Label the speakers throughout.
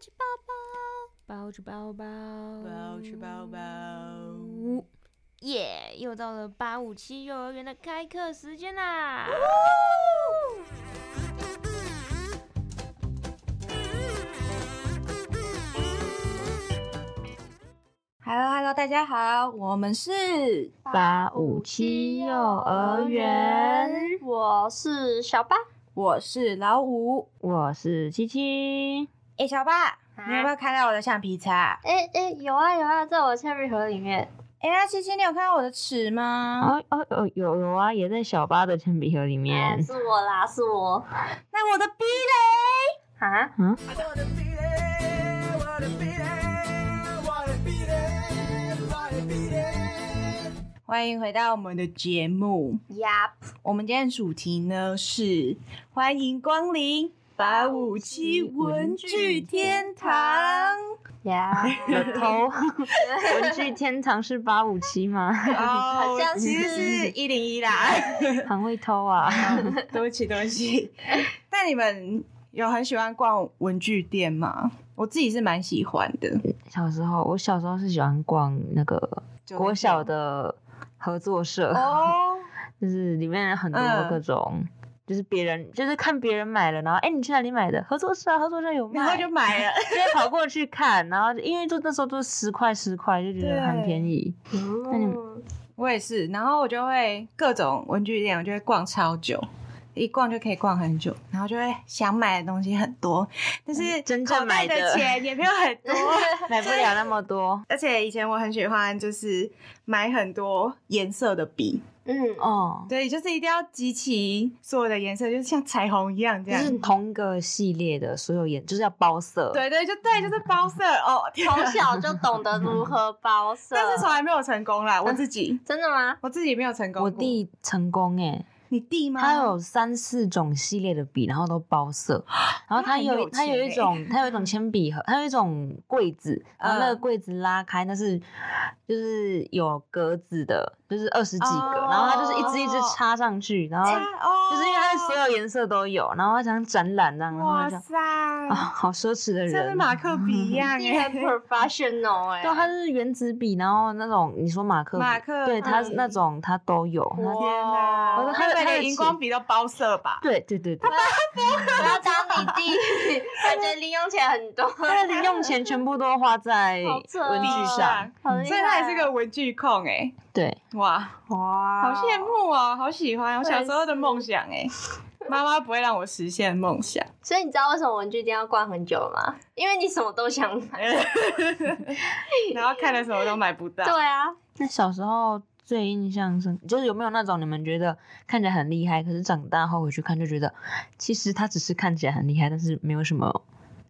Speaker 1: 起包包，
Speaker 2: 包着包包，
Speaker 1: 包起包包。
Speaker 2: 耶又到了八五七幼儿园的开课时间啦！
Speaker 3: Hello Hello，大家好，我们是
Speaker 2: 八五七幼儿园，，
Speaker 3: 我是小八，我是老五。
Speaker 2: 我是七七。
Speaker 3: 哎、小八，你有没有看到我的橡皮擦？
Speaker 4: 哎哎，有啊有啊，在我铅笔盒里面。
Speaker 3: 哎、那七七，你有看到我的尺吗？
Speaker 2: 哦哦哦，有有啊，也在小八的铅笔盒里
Speaker 4: 啊
Speaker 2: 面。
Speaker 4: 是我啦，是我。
Speaker 3: 那我的笔嘞？
Speaker 4: 啊，
Speaker 3: 欢迎回到我们的节目。
Speaker 4: 呀，
Speaker 3: 我们今天的主题呢是欢迎光临八五七文具天堂。
Speaker 4: 呀，
Speaker 2: 有偷 文具天堂是八五七吗？
Speaker 3: 哦
Speaker 4: 好像是
Speaker 3: 其实是一零一啦。
Speaker 2: 很会偷啊！
Speaker 3: 对不起，对 不起。那你们有很喜欢逛文具店吗？我自己是蛮喜欢的。
Speaker 2: 小时候，我小时候是喜欢逛那个国小的合作社，
Speaker 3: 哦，
Speaker 2: 就是里面很多
Speaker 3: 嗯
Speaker 2: 各种，就是别人就是看别人买了，然后哎、你去哪里买的？合作社啊，合作社有卖，
Speaker 3: 然后就买啊了。
Speaker 2: 就会跑过去看，然后就因为就那时候都十块十块，就觉得很
Speaker 3: 对
Speaker 2: 便 宜。你
Speaker 4: 嗯，
Speaker 3: 我也是，然后我就会各种文具店，我就会逛超久。一逛就可以逛很久，然后就会想买的东西很多，但是
Speaker 2: 嗯真正
Speaker 3: 口袋
Speaker 2: 买的
Speaker 3: 的钱也没有很多，
Speaker 2: 买不了那么多
Speaker 3: 而且以前我很喜欢，就是买很多颜色的笔，
Speaker 4: 嗯，
Speaker 2: 哦，
Speaker 3: 对，就是一定要集齐所有的颜色，就是像彩虹一样这
Speaker 2: 就
Speaker 3: 样。
Speaker 2: 是同个系列的所有颜，就是要包色。，
Speaker 3: 对对，就对，就是包色哦。天啊
Speaker 4: 从小就懂得如何包色。
Speaker 2: 啊
Speaker 3: 但是从来没有成功啦，我自己，
Speaker 4: 真 的吗？
Speaker 3: 我自己没有成功过。
Speaker 2: 我弟成功哎、
Speaker 3: 你弟吗？
Speaker 2: 他有三四种系列的笔，然后都包 色。然后他
Speaker 3: 很
Speaker 2: 有
Speaker 3: 有
Speaker 2: 他有一
Speaker 3: 钱欸
Speaker 2: 种他有一种铅笔盒，他有一种柜子，然后那个
Speaker 3: 嗯
Speaker 2: 柜子拉开，那是就是有格子的，就是二十几个，然后他就是一支一支
Speaker 3: 哦
Speaker 2: 插上去，然后
Speaker 3: 他哦，
Speaker 2: 就是因为他的所有颜色都有，然后他想展览这样，然后
Speaker 3: 哇
Speaker 2: 就
Speaker 3: 塞，
Speaker 2: 啊，好奢侈的
Speaker 3: 这是
Speaker 2: 人。
Speaker 3: 马克笔一 样
Speaker 4: 你 很
Speaker 3: 哎。
Speaker 4: professional 哎。
Speaker 2: 对，他是原子笔，然后那种你说马克笔，
Speaker 3: 马克
Speaker 2: 对，他是
Speaker 3: 笔
Speaker 2: 那种他都有。他
Speaker 3: 天哪！
Speaker 2: 我
Speaker 3: 我
Speaker 2: 的
Speaker 3: 他
Speaker 2: 他的
Speaker 3: 连
Speaker 2: 钱
Speaker 3: 荧光笔都包色吧？
Speaker 2: 对对对对，
Speaker 4: 我 要当你弟，感觉零用钱很多，
Speaker 2: 他的零用钱全部都花在
Speaker 4: 好扯哦
Speaker 2: 文具上，
Speaker 4: 好
Speaker 2: 嗯
Speaker 4: 厉
Speaker 3: 所以他也是个文具控哎，
Speaker 2: 对。
Speaker 3: 哇，
Speaker 4: 哇
Speaker 3: 好羡。慕哦，好喜欢，我小时候的梦想哎，妈妈不会让我实现 梦想。
Speaker 4: 所以你知道为什么文具店要逛很久吗？因为你什么都想买。
Speaker 3: 然后看了什么都买不到。
Speaker 4: 对啊，
Speaker 2: 那小时候最印象深，就是有没有那种你们觉得看起来很厉害，可是长大后回去看就觉得，其实他只是看起来很厉害，但是没有什么。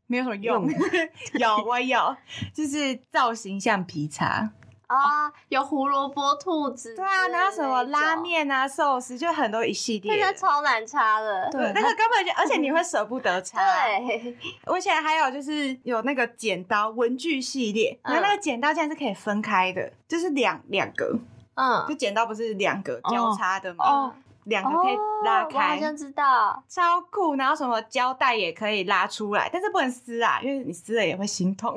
Speaker 3: 没有什么用。 有我有，就是造型橡皮擦。
Speaker 4: 啊，有胡萝卜兔子，
Speaker 3: 对啊，然后什么拉，面啊、寿司，就很多一系列
Speaker 4: 那个
Speaker 3: 的。
Speaker 4: 超难擦的。
Speaker 3: 对，啊那个根本就，而且你会舍不得擦。，
Speaker 4: 对，
Speaker 3: 而且还有就是有那个剪刀文具系列，然后那个剪刀竟然是可以分开的，就是两两格，就
Speaker 4: 嗯，
Speaker 3: 剪刀不是两格交叉的吗？
Speaker 2: 哦，
Speaker 3: 两个哦可以拉
Speaker 4: 哦我好
Speaker 3: 开，
Speaker 4: 像知道，
Speaker 3: 超酷。然后什么胶带也可以拉出来，但是不能撕啊，因为你撕了也会心 痛。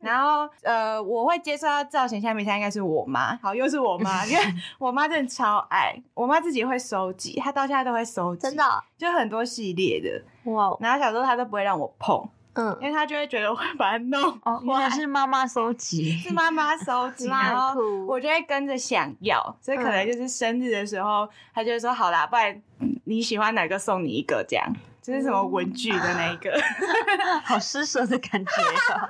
Speaker 3: 然后呃，我会接受到造型橡皮擦应该是我妈，好又是我妈， 因为我妈真的超爱，我妈自己会收集，她到现在都会收集，
Speaker 4: 真的哦
Speaker 3: 就很多系列的。
Speaker 4: 哇，
Speaker 3: 然后小时候她都不会让我碰，因
Speaker 4: 嗯，
Speaker 3: 为她就会觉得我会把它 弄。
Speaker 2: 哦，原来是妈妈收集。
Speaker 3: 是妈妈收集，
Speaker 4: 妈很
Speaker 3: 然后
Speaker 4: 酷
Speaker 3: 我就会跟着想要，所以可能就是生日的时候，她就会说好啦，不然你喜欢哪个送你一个这样，就是什么文具的那一个。
Speaker 2: 好施舍的感觉、哦。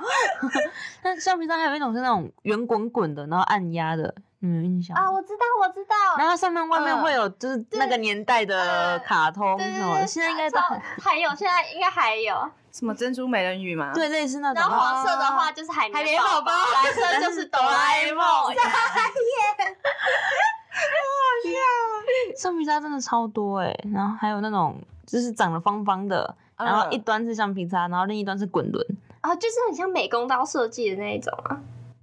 Speaker 2: 那橡皮擦还有一种是那种圆滚滚的，然后按压的，你们有印象吗？
Speaker 4: 啊，我知道，我知道，
Speaker 2: 然后它上面外面
Speaker 3: 嗯
Speaker 2: 会有就是那个年代的卡通
Speaker 4: 嗯对
Speaker 2: 什
Speaker 4: 对
Speaker 2: 么的，
Speaker 4: 对，啊
Speaker 2: 现在应该都
Speaker 4: 超还有，现在应该还有。
Speaker 3: 什么珍珠美人鱼吗？
Speaker 2: 对类似那种啊
Speaker 4: 然后黄色的话就是海
Speaker 3: 海绵宝宝
Speaker 4: 宝，蓝色就是哆啦 A 梦。
Speaker 2: 橡皮擦真的超多哎、然后还有那种就是长得方方的，
Speaker 3: 嗯
Speaker 2: 然后一端是橡皮
Speaker 4: 哦
Speaker 2: 擦，然后另一端是滚轮，
Speaker 4: 啊，就是很像美工刀设计的那一种啊。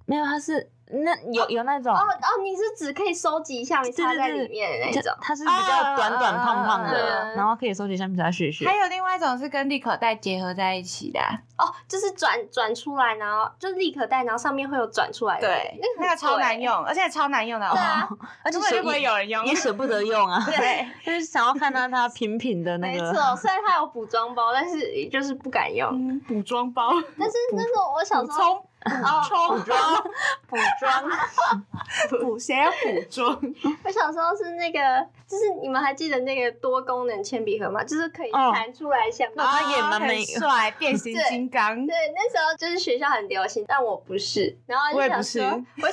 Speaker 2: 没有它是那有有那种
Speaker 4: 哦，哦，你是只可以收集橡皮擦在里面的那
Speaker 2: 就
Speaker 4: 种，
Speaker 2: 它是比较短短胖胖
Speaker 4: 啊啊啊
Speaker 2: 的，
Speaker 4: 啊
Speaker 2: 然后可以收集橡皮擦屑屑
Speaker 3: 还。有另外一种是跟立可带结合在一起的啊、
Speaker 4: 哦，就是转转出来，然后就立可带，然后上面会有转出来的，
Speaker 3: 对，
Speaker 4: 那
Speaker 3: 那
Speaker 4: 个
Speaker 3: 个
Speaker 4: 很
Speaker 3: 超
Speaker 4: 贵欸
Speaker 3: 难，用，而且超难用的，
Speaker 4: 嗯
Speaker 3: 哦
Speaker 4: 对 啊，
Speaker 2: 而且
Speaker 3: 根本
Speaker 2: 舍
Speaker 3: 就不会
Speaker 2: 也
Speaker 3: 有人用。
Speaker 2: 也舍不得用啊，
Speaker 3: 对，
Speaker 2: 就是想要看到它平平的那
Speaker 4: 没
Speaker 2: 个。
Speaker 4: 错，虽然它有补妆包，但是就是不敢 用。
Speaker 3: 嗯，补妆包、
Speaker 4: 但是那时候我小
Speaker 3: 补
Speaker 4: 时候
Speaker 3: 充、补充妆、
Speaker 2: 补妆，
Speaker 3: 补谁要补妆？
Speaker 4: 我小时候是那个，就是你们还记得那个多功能铅笔盒吗？就是可以
Speaker 2: 哦
Speaker 4: 弹出来橡皮。
Speaker 2: 那他也蛮
Speaker 3: 很
Speaker 2: 美
Speaker 3: 帅，变形
Speaker 4: 对
Speaker 3: 金刚。
Speaker 4: 对，那时候就是学校很流行，但我不是，然后
Speaker 3: 我
Speaker 4: 就
Speaker 3: 也不
Speaker 4: 想
Speaker 3: 是
Speaker 4: 说，我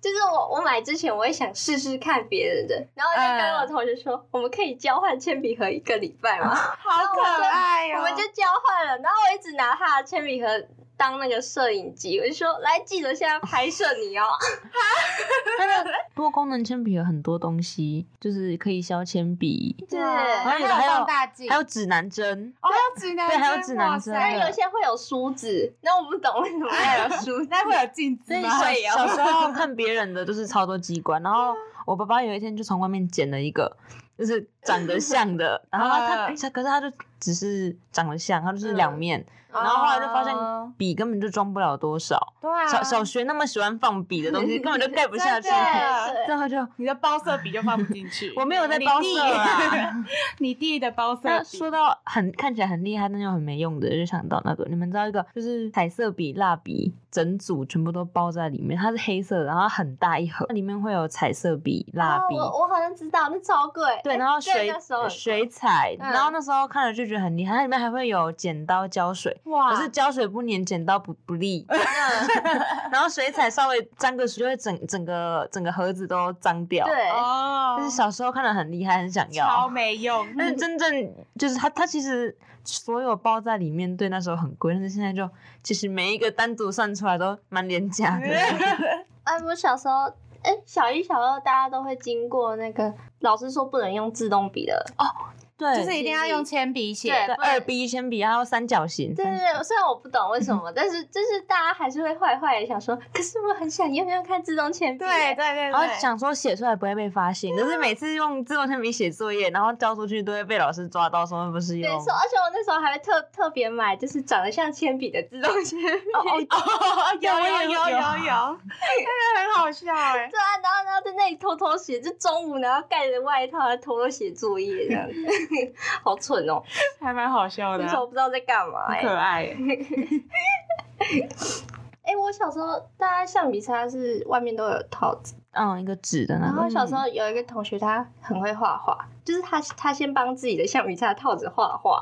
Speaker 4: 就是我我买之前我也想试试看别人的，然后就
Speaker 3: 嗯
Speaker 4: 跟我同学说，我们可以交换铅笔盒一个礼拜 吗？
Speaker 3: 好可爱哦、
Speaker 4: 我们就交换了，然后我一直拿他的铅笔盒当那个摄影机，我就说来记得现在拍摄你哦。
Speaker 2: 多功能铅笔有很多东西，就是可以削铅笔，
Speaker 4: 对
Speaker 2: 还有
Speaker 3: 有
Speaker 2: 还有
Speaker 3: 放大镜，
Speaker 2: 还有指南针。
Speaker 3: 哦，还有指南
Speaker 2: 对
Speaker 3: 针，
Speaker 2: 还有指南针
Speaker 3: 哇
Speaker 4: 但
Speaker 3: 塞
Speaker 4: 有些会有梳子，那我不懂为什么要 有梳子。
Speaker 3: 那会有镜子
Speaker 2: 那
Speaker 3: 吗？
Speaker 2: 啊 小小时候看别人的就是超多机关，然
Speaker 3: 啊
Speaker 2: 后我爸爸有一天就从外面捡了一个，就是长得像 的，然后他
Speaker 3: 嗯
Speaker 2: 可是他就只是长得像，他就是两面，
Speaker 4: 然
Speaker 2: 然后后来就发现
Speaker 3: 哦
Speaker 2: 笔根本就装不了多少。
Speaker 3: 对啊，
Speaker 2: 小小学那么喜欢放笔的东 西，根本就盖不下去。
Speaker 3: 真 的
Speaker 2: 最后就。
Speaker 3: 你的包色笔就放不进去
Speaker 2: 我没有在包色啊。
Speaker 3: 你弟的包色
Speaker 2: 那
Speaker 3: 笔，
Speaker 2: 说到很看起来很厉害，但又很没用的，就想到那个，你们知道一个就是彩色笔、蜡笔，整组全部都包在里面，它是黑色的，然后很大一盒，里面会有彩色笔、
Speaker 3: 啊
Speaker 2: 蜡笔，
Speaker 4: 哦、我我好像知道，那超贵。
Speaker 2: 对，然后水
Speaker 4: 哎那时候很贵
Speaker 2: 水彩，
Speaker 4: 嗯
Speaker 2: 然后那时候看了就觉得很厉害，它里面还会有剪刀、胶水。
Speaker 3: 哇，
Speaker 2: 可是胶水不粘，剪刀不不利，
Speaker 4: 嗯
Speaker 2: 然后水彩稍微沾个水，就会整整个整个盒子都脏掉。，
Speaker 4: 对，
Speaker 3: 哦，
Speaker 2: 但是小时候看了很厉害，很想要。
Speaker 3: 超没用，
Speaker 2: 但是真正就是它，它其实所有包在里面，对那时候很贵，但是现在就其实每一个单独算出来都蛮廉价
Speaker 3: 嗯
Speaker 2: 的。
Speaker 4: 哎、我小时候，哎、小一、小二大家都会经过那个老师说不能用自动笔的，
Speaker 3: 哦
Speaker 2: 对，
Speaker 3: 就是一定要用铅笔写。
Speaker 4: 对
Speaker 2: 对
Speaker 4: 不然
Speaker 2: 二 B 铅笔，还有三角形。
Speaker 4: 对对
Speaker 2: 三
Speaker 4: 对，虽然我不懂为 什么，但是就是大家还是会坏坏的想说，可是我很想用用看自动铅笔。
Speaker 3: 对对对
Speaker 2: 然后
Speaker 3: 对，
Speaker 2: 想说写出来不会被发现，可是每次用自动铅笔写作业，然后交出去都会被老师抓到，说不是
Speaker 4: 对，
Speaker 2: 用。
Speaker 4: 说，而且我那时候还会特特别买，就是长得像铅笔的自动铅笔。
Speaker 3: 哦，有
Speaker 2: 我
Speaker 3: 有
Speaker 2: 也
Speaker 3: 有
Speaker 2: 有
Speaker 3: 有有，那个很好笑哎。
Speaker 4: 对啊，然后然后在那里偷偷写，就中午然后盖着外套然后偷偷写作业这样子， 好蠢哦、
Speaker 3: 还蛮好笑的
Speaker 4: 那
Speaker 3: 啊
Speaker 4: 时，候不知道在干嘛哎、
Speaker 3: 很可
Speaker 4: 欸。
Speaker 3: 爱欸。
Speaker 4: 哎、我小时候大家橡皮擦是外面都有套子，
Speaker 2: 嗯，一个纸的那
Speaker 4: 然
Speaker 2: 个。
Speaker 4: 后小
Speaker 3: 嗯
Speaker 4: 时候有一个同学他很会画画，就是他他先帮自己的橡皮擦套子画画。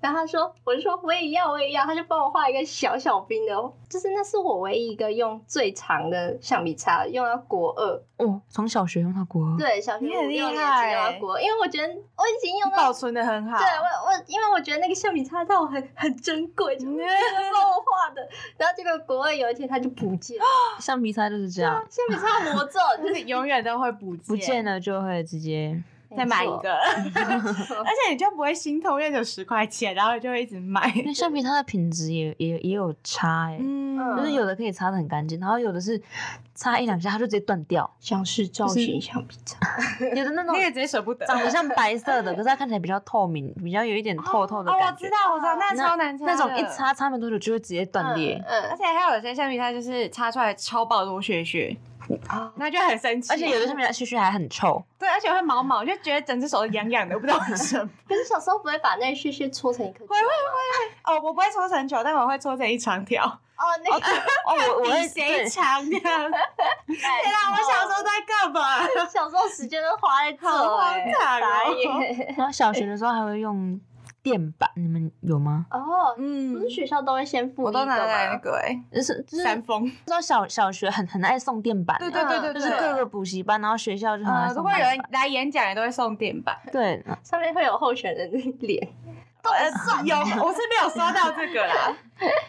Speaker 4: 然后他说，我就说我也要，我也要，他就帮我画一个小小兵的哦，就是那是我唯一一个用最长的橡皮擦，用到国二，
Speaker 2: 哦，从小学用到国二。
Speaker 4: 对，小学
Speaker 3: 你很
Speaker 4: 五
Speaker 3: 厉
Speaker 4: 六年级
Speaker 3: 害
Speaker 4: 用到
Speaker 3: 欸
Speaker 4: 国二，因为我觉得我已经用
Speaker 3: 你
Speaker 4: 到
Speaker 3: 保存的很好。
Speaker 4: 对我我，因为我觉得那个橡皮擦到很很珍贵，就
Speaker 3: 嗯
Speaker 4: 是帮我画的。然后结果国二有一天它就 不见了，
Speaker 2: 橡皮擦就是这样，
Speaker 4: 橡皮擦魔咒就
Speaker 3: 就是是永远都会不见
Speaker 2: 不见
Speaker 3: 了，
Speaker 2: 了就会直接。
Speaker 3: 再买一。 个，
Speaker 4: 没错没错
Speaker 3: 而且你就不会心痛，因为有十块钱，然后你就会一直买。
Speaker 2: 因为橡皮擦的品质也也也有差哎。
Speaker 3: 嗯
Speaker 2: 就是有的可以擦的很干净，然后有的是擦一两下它就直接断 掉，
Speaker 4: 像是嗯造
Speaker 2: 就是
Speaker 4: 型橡皮擦，
Speaker 2: 有的那种
Speaker 3: 那个直接舍不得。
Speaker 2: 长得像白色 的，可是它看起来比较透明，比较有一点透透的
Speaker 3: 哦，我
Speaker 2: 感觉
Speaker 3: 知。道，我知道，那超难擦的。
Speaker 2: 那种一擦擦没多久就会直接断裂，
Speaker 4: 嗯，
Speaker 3: 而且还有有些橡皮擦就是擦出来超爆多血血，
Speaker 4: 嗯
Speaker 3: 那就很生气。
Speaker 2: 啊而且有的上面屑屑还很 臭。
Speaker 3: 对，而且会毛毛，就觉得整只手都痒痒的，我不知道为什么。
Speaker 4: 可是小时候不会把那屑屑搓成一颗球
Speaker 3: 会哦，我不会搓成球，但我会搓成一长条，
Speaker 4: 哦，那个
Speaker 2: 哦，我我
Speaker 3: 比
Speaker 2: 会
Speaker 3: 谁
Speaker 2: 对
Speaker 3: 长 这样。天
Speaker 4: 天
Speaker 3: 啊，我小时候在干嘛？
Speaker 4: 哎哦小时候时间都花在这
Speaker 3: 好荒
Speaker 4: 欸，
Speaker 3: 唐哦
Speaker 4: 傻眼
Speaker 2: 然后小学的时候还会用电板，你们有吗？
Speaker 4: 哦，不
Speaker 3: 嗯
Speaker 4: 是学校都会先付
Speaker 3: 我都
Speaker 4: 一个
Speaker 3: 拿来那
Speaker 4: 吗？
Speaker 3: 个哎，
Speaker 2: 就是就是
Speaker 3: 三峰。
Speaker 2: 那时候小小学很很爱送电板，
Speaker 3: 对对对对
Speaker 2: 就是
Speaker 3: 对。
Speaker 2: 各个补习班，然后学校就很爱
Speaker 3: 呃，
Speaker 2: 送。
Speaker 3: 如果有人来演讲，也都会送电板。
Speaker 2: 对，嗯
Speaker 4: 上面会有候选人的脸，
Speaker 3: 呃，有，我是没有收到这 个啦。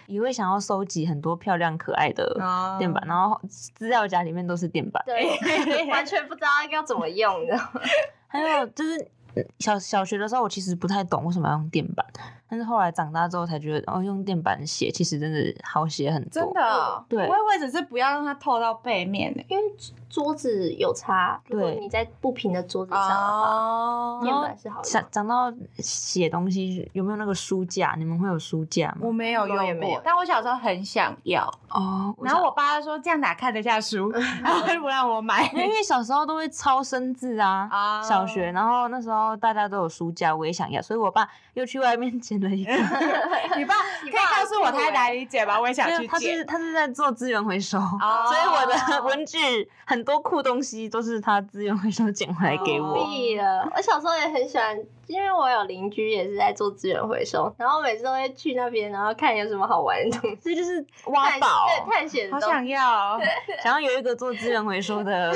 Speaker 2: 也会想要收集很多漂亮可爱的
Speaker 3: 哦
Speaker 2: 嗯电板，然后资料夹里面都是电板。
Speaker 4: 对， 完全不知道要怎么用的。
Speaker 2: 还有就是嗯小小学的时候，我其实不太懂为什么要用电板，但是后来长大之后才觉得，哦，用垫板写其实真的好写很多。
Speaker 3: 真的哦，
Speaker 2: 对
Speaker 3: 我以为只是不要让它透到背面欸呢。
Speaker 4: 因为桌子有差，如果
Speaker 2: 对
Speaker 4: 你在不平的桌子上的话，
Speaker 3: 哦
Speaker 4: 面板是好用
Speaker 2: 想
Speaker 4: 的。
Speaker 2: 讲到写东西，有没有那个书架？你们会有书架吗？
Speaker 3: 我没有
Speaker 4: 我也
Speaker 3: 用
Speaker 4: 没有
Speaker 3: 过，但我小时候很想要，
Speaker 2: 哦，
Speaker 3: 然后我爸说这样哪看得 下书，然后就不让我买。
Speaker 2: 因为小时候都会抄生字啊。
Speaker 3: 啊
Speaker 2: 小学，然后那时候大家都有书架，我也想要，所以我爸又去外面捡了一 个。
Speaker 3: 你爸可以告诉我他哪里解吗？我也想
Speaker 2: 欸没有
Speaker 3: 去
Speaker 2: 他
Speaker 3: 解
Speaker 2: 是。他是在做资源回收，
Speaker 3: 哦
Speaker 2: 所以我的 文具很多酷东西都是他资源回收捡回来给
Speaker 3: 哦
Speaker 2: 我。
Speaker 4: 必了！我小时候也很喜欢，因为我有邻居也是在做资源回收，然后每次都会去那边，然后看有什么好玩的东西，
Speaker 2: 这就是挖
Speaker 4: 探
Speaker 2: 宝，
Speaker 4: 对探险
Speaker 3: 好
Speaker 4: 的东西。
Speaker 3: 想要哦，
Speaker 2: 想要有一个做资源回收 的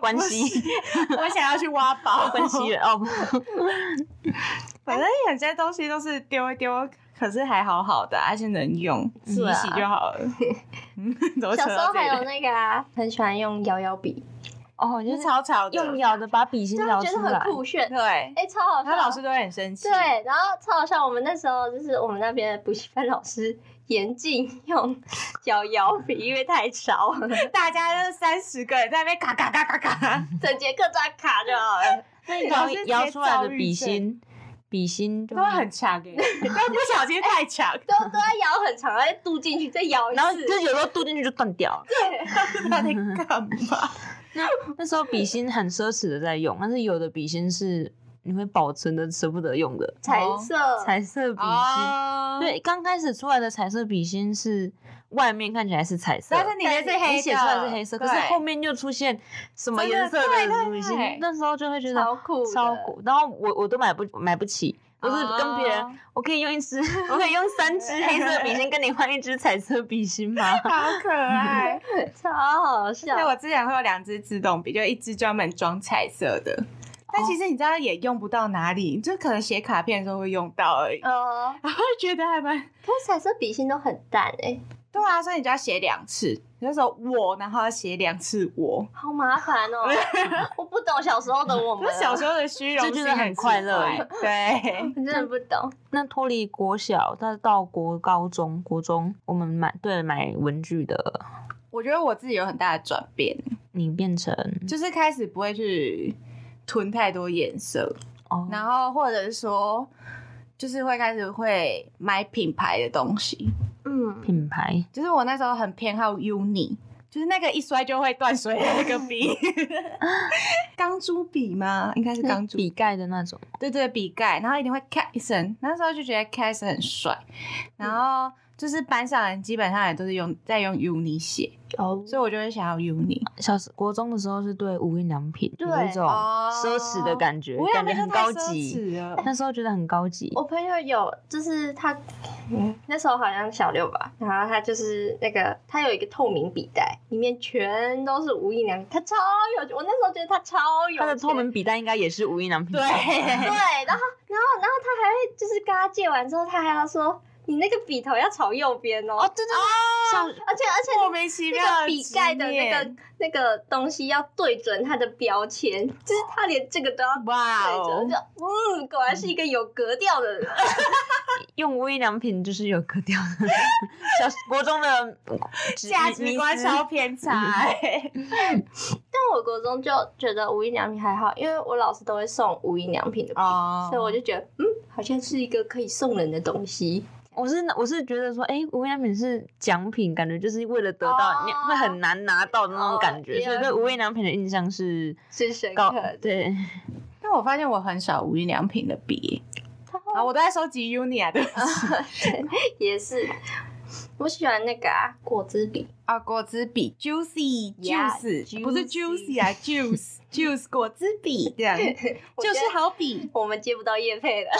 Speaker 2: 关系
Speaker 3: 我想要去挖 宝。
Speaker 2: 关系人 哦，
Speaker 3: 反
Speaker 2: 哎
Speaker 3: 正有些东西都是丢一丢，可是还好好的，而且能用，洗
Speaker 4: 是
Speaker 3: 一
Speaker 4: 啊
Speaker 3: 洗 就好了。嗯怎么
Speaker 4: 小
Speaker 3: 扯
Speaker 4: 时
Speaker 3: 到
Speaker 4: 候
Speaker 3: 这
Speaker 4: 还有
Speaker 3: 里？
Speaker 4: 那个啊，很喜欢用摇摇笔，
Speaker 2: 哦，就
Speaker 3: 就是是草草的啊
Speaker 2: 用咬的把笔先
Speaker 4: 就
Speaker 2: 咬
Speaker 4: 觉得
Speaker 2: 出
Speaker 4: 很
Speaker 2: 来，
Speaker 4: 酷炫。
Speaker 3: 对，
Speaker 4: 哎、超好笑！
Speaker 3: 他老师都会很生气。
Speaker 4: 对，然后超好笑。我们那时候就是我们那边的补习班老师严禁用摇摇笔，因为太吵了，
Speaker 3: 大家就三十个人在那边嘎嘎嘎 嘎嘎，
Speaker 4: 整节课抓卡就好了。
Speaker 2: 然后
Speaker 3: 老师直接
Speaker 2: 摇出来的
Speaker 3: 躁郁
Speaker 2: 笔
Speaker 3: 症
Speaker 2: 芯，笔芯就
Speaker 3: 都会很 强哎，但不小心太强，
Speaker 4: 都都要摇很长，再度进去，再摇一次。
Speaker 2: 然后就有时候嘟进去就断掉了。
Speaker 3: 到底干 嘛？
Speaker 2: 那时候笔芯很奢侈的在用，但是有的笔芯是你会保存的舍不得用的
Speaker 4: 彩色，
Speaker 2: 彩色笔芯。
Speaker 3: 嗯哦，
Speaker 2: 对，刚开始出来的彩色笔芯是外面看起来是彩色，
Speaker 3: 但是你的是黑的，
Speaker 2: 你写出来是黑色，可是
Speaker 3: 对
Speaker 2: 后面就出现什么
Speaker 3: 真的
Speaker 2: 颜色
Speaker 3: 对
Speaker 2: 的
Speaker 3: 对
Speaker 2: 笔芯
Speaker 3: 对，
Speaker 2: 那时候就会觉得
Speaker 4: 超酷的，
Speaker 2: 超酷。然后我我都买不买不起，我是跟别人
Speaker 3: 哦，
Speaker 2: 我可以用一 支，我可以用三支黑色笔芯跟你换一支彩色笔芯吗？
Speaker 3: 好可爱。
Speaker 4: 超好笑
Speaker 3: 所以。哎我之前会有两支自动笔，就一支专门装彩色的。但其实你知道也用不到哪里，就可能写卡片的时候会用到而已。
Speaker 4: 哦，
Speaker 3: 然后就觉得还蛮
Speaker 4: 可是彩色笔芯都很淡哎、
Speaker 3: 对啊，所以你就要写两次。你就说我，然后要写两次我。
Speaker 4: 好麻烦哦！我不懂小时候的我
Speaker 3: 就
Speaker 4: 们啊
Speaker 3: 是，小时候的虚荣
Speaker 2: 这就
Speaker 3: 心
Speaker 2: 是很
Speaker 3: 奇
Speaker 2: 快乐
Speaker 3: 怪对，
Speaker 4: 我真的不懂。
Speaker 2: 那脱离国小，但是到国高中、国中，我们买对买文具的，
Speaker 3: 我觉得我自己有很大的转变，
Speaker 2: 你变成
Speaker 3: 就是开始不会去囤太多颜色，
Speaker 2: 哦，
Speaker 3: 然后或者是说，就是会开始会买品牌的东西。
Speaker 4: 嗯，
Speaker 2: 品牌
Speaker 3: 就是我那时候很偏好 Uni，就是那个一摔就会断水的那个笔， 钢珠笔吗？应该是钢珠
Speaker 2: 笔，盖的那种，
Speaker 3: 对对，笔盖，然后一定会咔一声。那时候就觉得咔一声很帅，然后就是班上人基本上也都是用在用 Uni 写，
Speaker 4: 哦，
Speaker 3: 所以我就会想要 Uni。
Speaker 2: 小时国中的时候是对无印良品有
Speaker 4: 对
Speaker 2: 一种
Speaker 3: 哦
Speaker 2: 奢侈的感觉，
Speaker 3: 我
Speaker 2: 感觉
Speaker 3: 那
Speaker 2: 很
Speaker 3: 个太
Speaker 2: 高
Speaker 3: 奢
Speaker 2: 级。
Speaker 3: 侈了， 哦
Speaker 2: 那时候觉得很高级，
Speaker 4: 我朋友有，就是他，嗯，那时候好像小六吧，然后他就是那个，他有一个透明笔袋，里面全都是无印良品，他超有钱，我那时候觉得他超有
Speaker 2: 它
Speaker 4: 钱，
Speaker 2: 的透明笔袋应该也是无印良品。
Speaker 3: 对，
Speaker 4: 对，然后然后然后他还会就是跟他借完之后，他还要说你那个笔头要朝右边哦，
Speaker 2: 哦，对对对，像
Speaker 4: 而且而且
Speaker 3: 啊莫名其妙
Speaker 4: 那个笔盖的
Speaker 3: 执
Speaker 4: 那
Speaker 3: 念
Speaker 4: 个那个东西要对准它的标签，就是他连这个都要
Speaker 3: 哇
Speaker 4: 对准，我
Speaker 3: 哦
Speaker 4: 就，嗯，果然是一个有格调的人。
Speaker 2: 用无印良品就是有格调的， 小国中的执
Speaker 3: 价值观
Speaker 2: 迷思
Speaker 3: 超偏差、 欸，
Speaker 4: 但我国中就觉得无印良品还好，因为我老师都会送无印良品的笔，
Speaker 3: 哦
Speaker 4: 所以我就觉得嗯，好像是一个可以送人的东西。
Speaker 2: 我是我是觉得说，哎、无印良品是奖品，感觉就是为了得到，你
Speaker 4: 哦
Speaker 2: 会很难拿到的那种感觉，
Speaker 4: 哦
Speaker 2: 所以对无印良品的印象是
Speaker 4: 是深
Speaker 2: 高
Speaker 4: 刻的。
Speaker 2: 对，
Speaker 3: 但我发现我很少无印良品的笔
Speaker 4: 他
Speaker 3: 啊，我都在收集 Uni 啊，对不起。
Speaker 4: 也是，我喜欢那个啊，果汁笔，
Speaker 3: 啊，果汁笔 juicy
Speaker 4: Yeah,
Speaker 3: juice 不是
Speaker 4: juicy
Speaker 3: juicy 啊 juice juice 果汁笔这样，
Speaker 4: 我
Speaker 3: 就
Speaker 4: 觉
Speaker 3: 是
Speaker 4: 得，
Speaker 3: 好笔
Speaker 4: 我们接不到叶配了，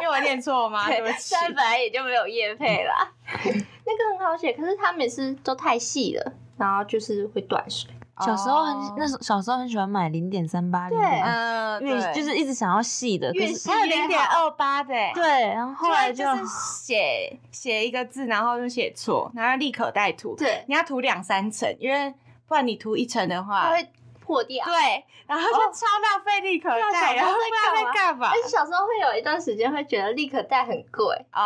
Speaker 3: 因为我念错
Speaker 4: 啊
Speaker 3: 吗？对不起
Speaker 4: 虽。然本来也就没有叶配啦。 那个很好写，可是它每次都太细了，然后就是会断水。
Speaker 2: 小时候很、
Speaker 3: 哦
Speaker 2: 那时候小时候很喜欢买零点三八零，啊
Speaker 3: 嗯，
Speaker 2: 越
Speaker 3: 对
Speaker 2: 就是一直想要细的，可
Speaker 4: 呃越
Speaker 2: 是
Speaker 4: 细啊
Speaker 3: 还有零点二八的欸，
Speaker 2: 对，然后后来就
Speaker 3: 就是写写一个字，然后就写错，然后立可带涂，
Speaker 4: 对，
Speaker 3: 你要涂两三层，因为不然你涂一层的
Speaker 4: 它
Speaker 3: 话，
Speaker 4: 会破掉。
Speaker 3: 对，然后就
Speaker 4: 哦
Speaker 3: 超浪费立可
Speaker 4: 不知道
Speaker 3: 带，
Speaker 4: 小
Speaker 3: 然
Speaker 4: 时
Speaker 3: 后
Speaker 4: 候
Speaker 3: 不知道
Speaker 4: 在
Speaker 3: 在干嘛
Speaker 4: 而且小时候会有一段时间会觉得立可带很贵，然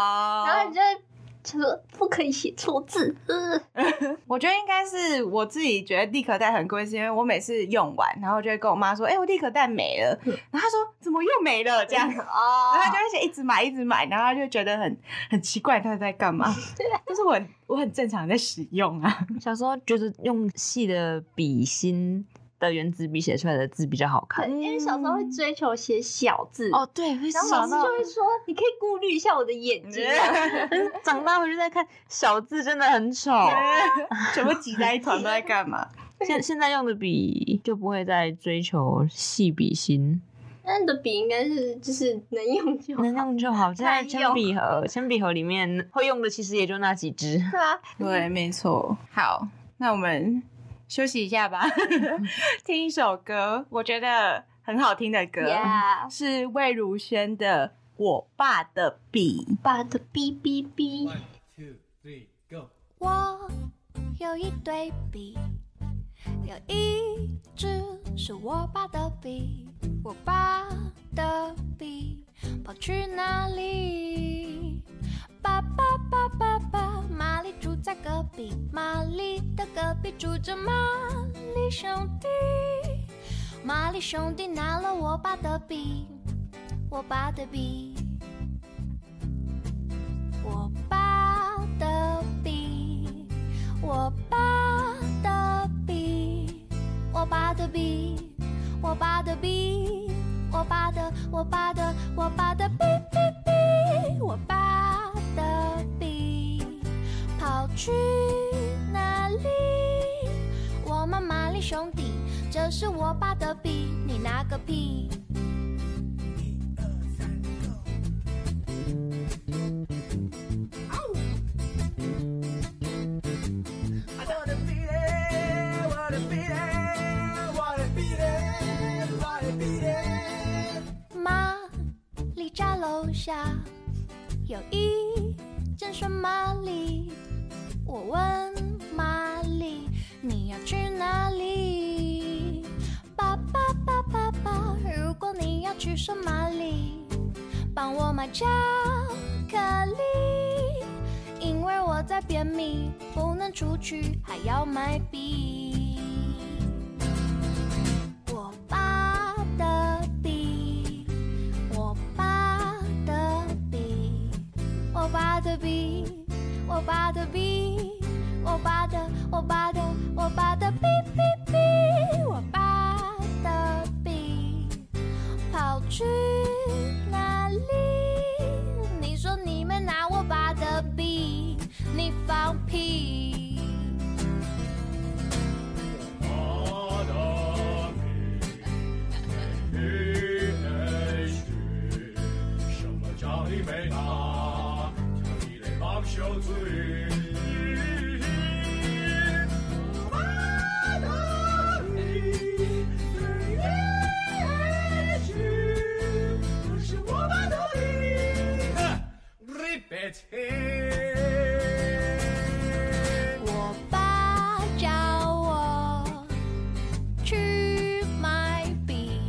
Speaker 3: 哦
Speaker 4: 后你。就会就说不可以写错字，呃
Speaker 3: 我觉得应该是我自己觉得立可带很贵，是因为我每次用完，然后就会跟我妈说：“哎、我立可带没 了。”然后她说：“怎么又没了？”这 样，
Speaker 4: 哦
Speaker 3: 然后就会一直买，一直买，然后就觉得很很奇怪，他在干嘛？ 但是我很我很正常地在使用啊。
Speaker 2: 小时候就是 用细的笔芯的原子笔写出来的字比较好
Speaker 4: 对
Speaker 2: 看。
Speaker 4: 因为小时
Speaker 3: 嗯
Speaker 4: 候会追求写小字，
Speaker 2: 哦，对，会
Speaker 4: 然后老
Speaker 2: 想
Speaker 4: 师
Speaker 2: 到
Speaker 4: 就会说你可以顾虑一下我的眼睛啊，
Speaker 2: 长大回去再看小字真的很丑。
Speaker 3: 哦 全部挤在一团，不知道在干嘛？
Speaker 2: 现现在用的笔就不会再追求细笔芯，
Speaker 4: 那你的笔应该是就是能用就好
Speaker 2: 能用就好。现在
Speaker 4: 耐
Speaker 2: 铅
Speaker 4: 用
Speaker 2: 笔盒，铅笔盒里面会用的其实也就那几 支。
Speaker 4: 对啊，
Speaker 3: 对，没错。好，那我们休息一下吧，听一首歌，我觉得很好听的歌
Speaker 4: Yeah
Speaker 3: 是魏如萱的《我爸的笔》。
Speaker 4: 爸的哔哔哔，
Speaker 5: One, two, three, go.
Speaker 6: 我有一对笔，有一支是我爸的笔，我爸的笔跑去哪里？爸爸爸爸爸，玛丽住在隔壁，玛丽的隔壁住着玛丽兄弟，玛丽兄弟拿了我爸的笔，我爸的笔。我爸的笔，我爸的笔，我爸的笔，我爸的笔，我爸的，我爸的，我爸的笔笔笔，我爸的笔跑去哪里？我们玛丽兄弟，这是我爸的笔，你拿个屁！
Speaker 5: I wanna be there, wanna be there, wanna be there, wanna be there.
Speaker 6: 玛丽家楼下有一间酸玛丽，我问玛丽你要去哪里？爸爸爸爸爸，如果你要去酸玛丽，帮我买巧克力，因为我在便秘，不能出去，还要买笔。我爸的笔，我爸的笔，我爸的笔，我爸的笔，我爸的，我爸的，我爸的笔笔笔，我爸的笔跑去哪里？你说你们拿我爸的笔，你放屁！
Speaker 5: Repeat it.
Speaker 6: 我爸叫我去买笔，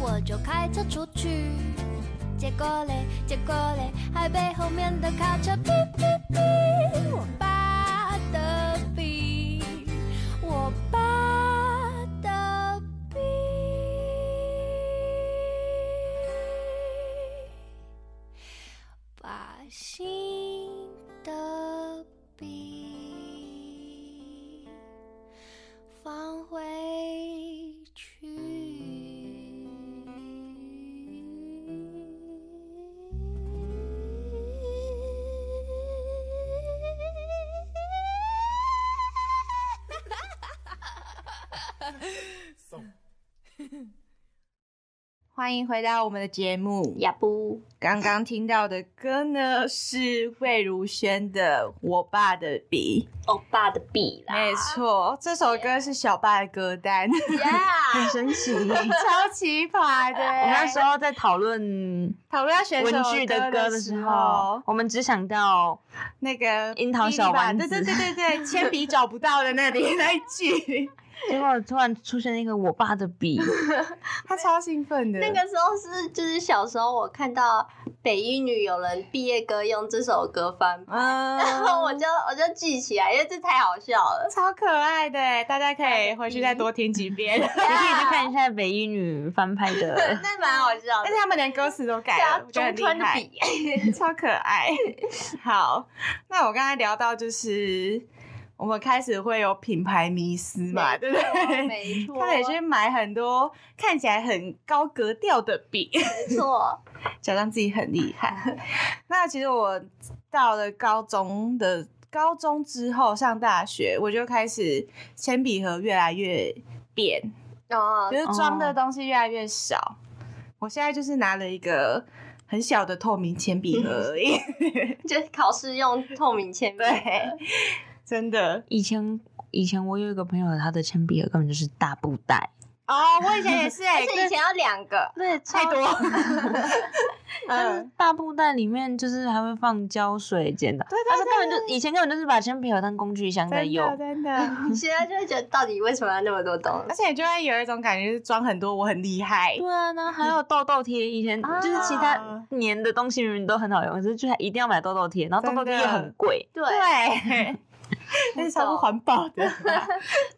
Speaker 6: 我就开车出去，结果嘞，结果嘞，还被后面的卡车哔哔哔。我爸的笔，我爸的笔。把心的笔放回去。
Speaker 3: 欢迎回到我们的节目。
Speaker 4: 呀不，
Speaker 3: 刚刚听到的歌呢是魏如萱的《我爸的笔
Speaker 4: 欧巴的笔》，啦，
Speaker 3: 没错，这首歌是小爸的歌单，
Speaker 2: 很
Speaker 4: Yeah，
Speaker 2: 神奇。我
Speaker 3: 超奇葩的。欸
Speaker 2: 们那时候在讨论
Speaker 3: 讨论要选什
Speaker 2: 文
Speaker 3: 么
Speaker 2: 具
Speaker 3: 的
Speaker 2: 歌的
Speaker 3: 时
Speaker 2: 时候，，我们只想 到
Speaker 3: 那个
Speaker 2: 樱桃小丸子
Speaker 3: 对对对对对，铅笔找不到的那里那一句，
Speaker 2: 结果突然出现一个我爸的笔，
Speaker 3: 他超兴奋的。
Speaker 4: 那 个时候是就是小时候我看到北一女有人毕业歌用这首歌翻拍，
Speaker 3: 嗯，
Speaker 4: 然后我就我就记起来，因为这太好笑了。
Speaker 3: 超可爱的耶，大家可以回去再多听几遍。
Speaker 2: 你可以去
Speaker 3: 啊
Speaker 2: 看一下北一女翻拍的。
Speaker 4: 那蛮好笑
Speaker 3: 而
Speaker 4: 的
Speaker 3: 且，他们连歌词都改
Speaker 4: 加
Speaker 3: 了，我觉得
Speaker 4: 中
Speaker 3: 很厉
Speaker 4: 川的
Speaker 3: 害。
Speaker 4: 笔，
Speaker 3: 超可爱。 好，那我刚才聊到就是我们开始会有品牌迷思嘛，对不对？
Speaker 4: 哦没 错，
Speaker 3: 开始去买很多看起来很高格调的笔，
Speaker 4: 没错，
Speaker 3: 假装自己很厉害。 那其实我到了高中的高中之后，上大学我就开始铅笔盒越来越扁，
Speaker 4: 哦
Speaker 3: 就，是装的东西越来越少。我现在就是拿了一个很小的透明铅笔盒而已。
Speaker 4: 就是考试用透明铅笔，
Speaker 3: 对， 真的
Speaker 2: 以前以前我有一个朋友，他的铅笔盒根本就是大布袋，
Speaker 3: 哦，我以前也是哎、
Speaker 4: 而且以前要两个，
Speaker 2: 对，太
Speaker 3: 太多，
Speaker 2: 但是
Speaker 3: 嗯，
Speaker 2: 大布袋里面就是还会放胶水剪刀，
Speaker 3: 对
Speaker 2: 他
Speaker 3: 对
Speaker 2: 说根本就以前根本就是把铅笔盒当工具箱在
Speaker 3: 真的
Speaker 2: 用。
Speaker 3: 真的，
Speaker 4: 你现在就会觉得到底为什么要那么多东
Speaker 3: 而
Speaker 4: 西？
Speaker 3: 且你就会有一种感觉，是装很多我很厉害
Speaker 2: 对，啊，然后还 有痘痘贴，以前就是其他
Speaker 3: 啊
Speaker 2: 粘的东西明明都很好用，可是就还一定要买痘痘贴，然后痘痘贴
Speaker 3: 真
Speaker 2: 又
Speaker 3: 的
Speaker 2: 很贵。
Speaker 4: 对，
Speaker 3: 对， 那是超不环保的，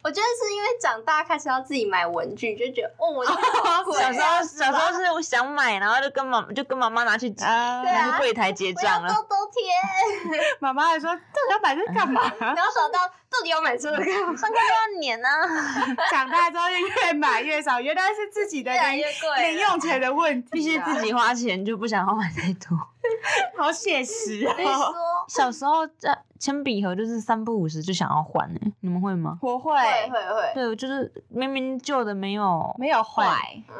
Speaker 4: 我觉得是因为长大开始要自己买文具，就觉得哦，文具好贵
Speaker 2: 小时候小时候是我想买，然后就跟妈就跟妈妈拿去
Speaker 3: 啊，
Speaker 4: 对啊
Speaker 2: 拿去柜台结
Speaker 4: 我要
Speaker 2: 账了
Speaker 4: 痘。痘贴，
Speaker 3: 妈妈还说这个要买这 干嘛？
Speaker 4: 然后想到到底要买这个干嘛？
Speaker 2: 上课就要粘啊，
Speaker 3: 长大之后就越买越少，原来是自己的
Speaker 4: 越来
Speaker 3: 零
Speaker 4: 越贵
Speaker 3: 零
Speaker 4: 了，
Speaker 3: 用钱的问 题，啊
Speaker 2: 必须自己花钱，就不想要买太 多。
Speaker 3: 好写实
Speaker 4: 你说
Speaker 3: 哦。
Speaker 2: 小时候这铅笔盒就是三不五十就想要换呢、你们会吗？
Speaker 3: 我会
Speaker 4: 会会会，
Speaker 2: 对，就是明明旧的没有，
Speaker 3: 没有坏，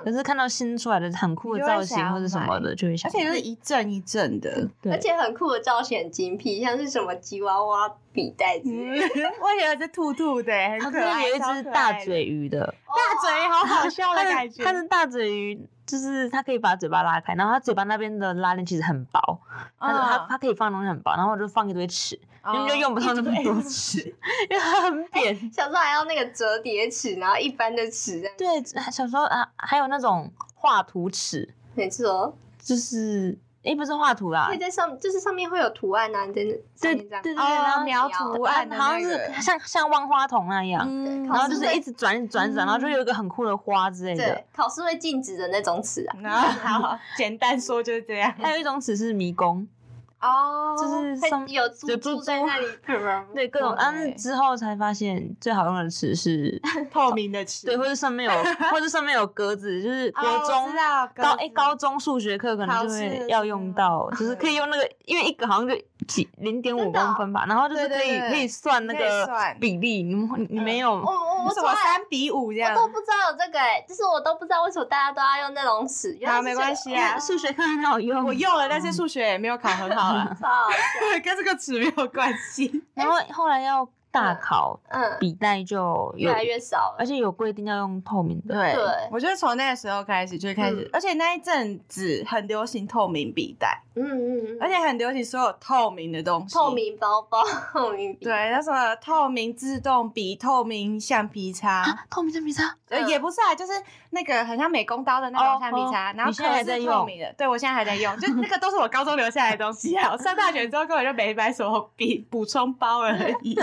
Speaker 2: 可是看到新出来的很酷的
Speaker 3: 你就会
Speaker 2: 造型
Speaker 3: 想
Speaker 2: 或者什么的，就会想
Speaker 3: 而
Speaker 2: 买。
Speaker 3: 且就是一阵一 阵的，
Speaker 2: 对
Speaker 4: 而且很酷的造型很精辟，像是什么吉娃娃笔袋子，
Speaker 3: 嗯，我也有一只兔兔的、欸
Speaker 2: 我
Speaker 3: 很
Speaker 2: 这
Speaker 3: 可
Speaker 2: 边
Speaker 3: 爱，
Speaker 2: 哦啊有一
Speaker 3: 超可爱
Speaker 2: 只
Speaker 3: 的
Speaker 2: 大，嘴鱼的，
Speaker 3: 大嘴好好笑的
Speaker 2: 它
Speaker 3: 感
Speaker 2: 的
Speaker 3: 觉。嗯
Speaker 2: 它是大嘴鱼，就是它可以把嘴巴拉开，然后它嘴巴那边的拉链其实很薄，它的它
Speaker 3: 嗯
Speaker 2: 它可以放东西很薄，然后我就放一堆尺，
Speaker 3: 哦
Speaker 2: 明明就用不到那么多
Speaker 3: 一堆哎
Speaker 2: 尺，因为它很扁。
Speaker 4: 小时候还要那个折叠尺，然后一般的尺这样，
Speaker 2: 对，小时候啊还有那种画图尺，
Speaker 4: 没错，
Speaker 2: 就是诶不是画图啦
Speaker 4: 可以，哎在上，就是上面会有图案啊，你在那上
Speaker 2: 对
Speaker 4: 面
Speaker 2: 对对，
Speaker 4: 这样
Speaker 3: 哦
Speaker 2: 然后
Speaker 3: 描图
Speaker 2: 它
Speaker 3: 案的
Speaker 2: 好像
Speaker 3: 那
Speaker 2: 是
Speaker 3: 个
Speaker 2: 像像万花筒那样，
Speaker 3: 嗯
Speaker 2: 然
Speaker 4: 考
Speaker 2: 后
Speaker 4: 试
Speaker 2: 就是
Speaker 4: 会
Speaker 2: 一直转一直转一直转，然后就有一个很酷的花之类的
Speaker 4: 对。考试会禁止的那种尺啊，
Speaker 3: 然后好，简单说就是这样。
Speaker 2: 还有一种尺是迷宫，
Speaker 4: 哦
Speaker 2: 就是上
Speaker 4: 有猪
Speaker 2: 有猪
Speaker 4: 住在
Speaker 2: 猪
Speaker 4: 那里，
Speaker 2: 对各种，但是
Speaker 3: 对
Speaker 2: 之后才发现最好用的尺是，
Speaker 3: 透明的尺，
Speaker 2: 对，或者上面 有，或者上面有格子，就是国
Speaker 3: 哦我
Speaker 2: 中
Speaker 3: 知道格
Speaker 2: 高哎
Speaker 3: 子
Speaker 2: 高中数学课可能
Speaker 3: 考
Speaker 2: 就
Speaker 3: 试的时
Speaker 2: 会
Speaker 3: 候
Speaker 2: 要用到，就是 可以用那个，因为一个好像就几零点五
Speaker 4: 真的哦
Speaker 2: 公分吧，然后就是
Speaker 3: 对
Speaker 2: 可以
Speaker 3: 对对
Speaker 2: 可以算那
Speaker 3: 可以
Speaker 2: 个
Speaker 3: 算嗯哦
Speaker 2: 比例，你们你没有
Speaker 4: 我我
Speaker 3: 为
Speaker 4: 我
Speaker 3: 什
Speaker 4: 怎
Speaker 3: 么
Speaker 4: 么
Speaker 3: 三啊比五这样
Speaker 4: 我？都不知道有这个哎，就是我都不知道为什么大家都要用那种尺，原来
Speaker 3: 好，
Speaker 4: 是
Speaker 3: 没
Speaker 4: 这
Speaker 3: 关
Speaker 4: 个，，
Speaker 3: 系啊。
Speaker 2: 数学课很好用，
Speaker 3: 我用了，但是数学也没有考很好啊
Speaker 4: 好笑
Speaker 3: 跟这个尺没有关系。
Speaker 2: 然后后来要大考，
Speaker 4: 嗯，
Speaker 2: 笔袋就
Speaker 4: 越
Speaker 2: 有，
Speaker 4: 来越少
Speaker 2: 而
Speaker 4: 了，
Speaker 2: 且有规定要用透明的，
Speaker 3: 对
Speaker 4: 对
Speaker 3: 我就是从那个时候开始就开始，而且那一阵子很流行透明笔袋，
Speaker 4: 嗯嗯嗯，
Speaker 3: 而且很流行所有透明的东西，
Speaker 4: 透明包包、 透明笔，
Speaker 3: 对，那什么透明自动笔、透明橡皮擦，
Speaker 2: 啊透明橡皮擦，
Speaker 3: 呃，
Speaker 4: 嗯
Speaker 3: 也不是啊，就是那个很像美工刀的那种
Speaker 2: 哦
Speaker 3: 橡皮擦，
Speaker 2: 哦
Speaker 3: 然后
Speaker 2: 你现在还
Speaker 3: 壳
Speaker 2: 在
Speaker 3: 是
Speaker 2: 用
Speaker 3: 透明的。对，我现在还在 用，就那个都是我高中留下来的东西啊。我上大学之后根本就没买什么笔，补充包而 已。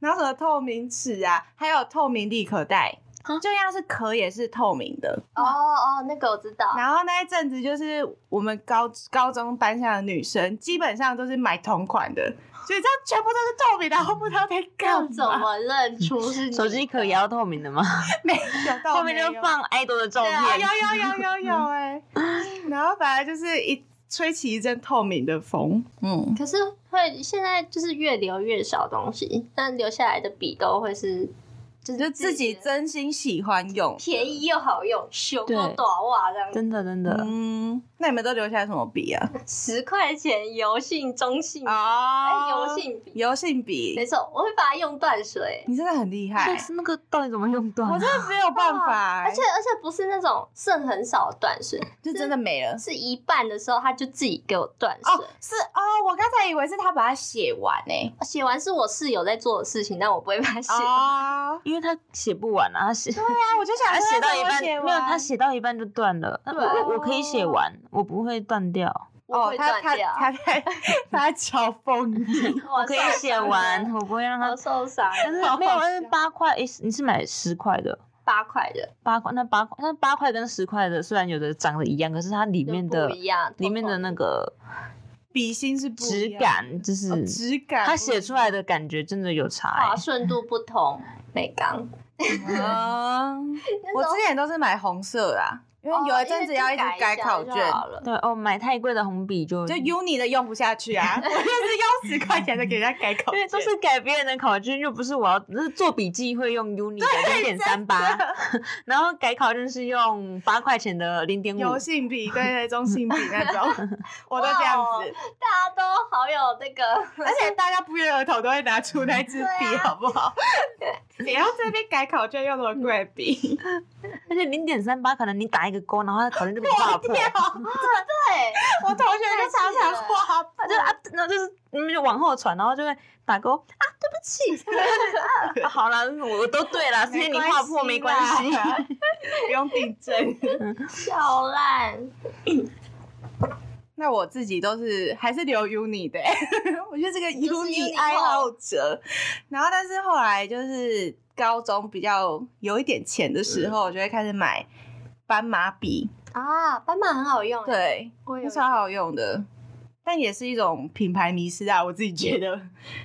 Speaker 3: 然后什么透明尺啊，还有透明立可带。就像是壳也是透明的，
Speaker 4: 哦哦，那个我知
Speaker 2: 啊
Speaker 4: 道，
Speaker 3: 然后那一阵子就是我们高高中班上的女生基本上都是买同款的，所以这样全部都是透明的，然后不知道在干
Speaker 4: 要
Speaker 3: 嘛。
Speaker 2: 哦
Speaker 4: 怎么认出 是你
Speaker 2: 手机壳也要透明的吗？
Speaker 3: 没有，到
Speaker 2: 后面就放爱豆的照
Speaker 3: 对啊，
Speaker 2: 片
Speaker 3: 有，有有有 有哎、然后反正就是一吹起一阵透明的风，嗯，
Speaker 4: 可是会现在就是越留越少东西，但留下来的笔都会是就是
Speaker 3: 就自己
Speaker 4: 真
Speaker 3: 真心喜欢用，
Speaker 4: 便宜又好用，熊
Speaker 2: 对
Speaker 4: 猫短袜这样子，
Speaker 2: 真的真的，
Speaker 3: 嗯，那你们都留下什么笔啊？
Speaker 4: 十块钱油性中性，哎、
Speaker 3: 哦
Speaker 4: 油性笔，
Speaker 3: 油性笔
Speaker 4: 没，错，我会把它用断水。
Speaker 3: 你真的很厉
Speaker 2: 但
Speaker 3: 害，
Speaker 2: 是那个到底怎么用断啊？
Speaker 3: 我真的没有办法、欸，
Speaker 4: 而且而且不是那种剩很少的断水，
Speaker 3: 就真的没了。
Speaker 4: 是一半的时候它就自己给我断水
Speaker 3: 哦。，是哦，我刚才以为是他把它写完呢、哎
Speaker 4: 写完是我室友在做的事情，但我不会把它写完。
Speaker 3: 哦，
Speaker 2: 因因为他写不完啊，他写
Speaker 3: 对啊，我就想
Speaker 2: 他
Speaker 3: 说
Speaker 2: 写到一
Speaker 3: 怎么
Speaker 2: 半
Speaker 3: 写完
Speaker 2: 没有，他写到一半就断了。那
Speaker 4: 对啊
Speaker 2: 我我我可以写完，我不会断掉，
Speaker 4: 我
Speaker 3: 哦
Speaker 4: 会，
Speaker 3: 他
Speaker 4: 断
Speaker 3: 他
Speaker 4: 掉，
Speaker 3: 他在 他在嘲讽你，
Speaker 4: 我
Speaker 2: 我可以写完，，我不会让他
Speaker 4: 好。受伤了，
Speaker 2: 但是没有，因为八块，诶，你是买十块的，
Speaker 4: 八块的
Speaker 2: 八块那八块那八块跟十块的虽然有的长得一样，可是它里
Speaker 4: 就
Speaker 2: 面
Speaker 4: 不
Speaker 2: 的
Speaker 4: 一样
Speaker 2: 里面的那个
Speaker 3: 笔芯是哦不
Speaker 2: 质
Speaker 3: 一样
Speaker 2: 感就
Speaker 3: 哦
Speaker 2: 是
Speaker 3: 质感不一样，
Speaker 2: 他写出来的感觉真的有差欸、
Speaker 4: 滑顺度不同，美刚。
Speaker 3: 啊，
Speaker 2: 嗯
Speaker 3: 我之前都是买红色啦，因
Speaker 2: 哦
Speaker 3: 为有一阵
Speaker 4: 哦
Speaker 3: 子要一直改考卷，
Speaker 4: 好了。
Speaker 2: 对哦，买太贵的红笔就
Speaker 3: 就 Uni 的用不下去啊，我 就是用十块钱的给人家改考
Speaker 2: 因为
Speaker 3: 卷，
Speaker 2: 都是改别人的考卷，又不是我要，那是做笔记会用 Uni 的零点三八， 然后改考卷是用八块钱的零点五。
Speaker 3: 油性笔，对对，中性笔那
Speaker 2: 哦
Speaker 3: 种，我都这样子，
Speaker 4: 大家都好有 那个，
Speaker 3: 而且大家不约而同都会拿出那支
Speaker 2: 啊
Speaker 3: 笔，好不好？不要这边改考卷用那么贵的笔，
Speaker 2: 嗯而且零点三八可能你打一个勾，然后他考卷就被划破，
Speaker 4: 对，
Speaker 3: 我同学就常常画
Speaker 2: 他就啊，那就是你们就往后传，然后就会打勾啊，对不起，啊啊好啦，我我都对 啦，今天你划破没关系。
Speaker 3: 啦不用订正。
Speaker 4: 小烂，
Speaker 3: 那我自己都是还是留 uni 的、欸 我觉得这个
Speaker 4: 就是
Speaker 3: uni
Speaker 4: uni
Speaker 3: 爱好者。然后，但是后来就是高中比较有一点钱的时候，我就会开始买斑马笔，
Speaker 4: 啊，斑马很好用，，
Speaker 3: 对，
Speaker 4: 我有
Speaker 3: 那超好用的。但也是一种品牌迷失啊，我自己觉得，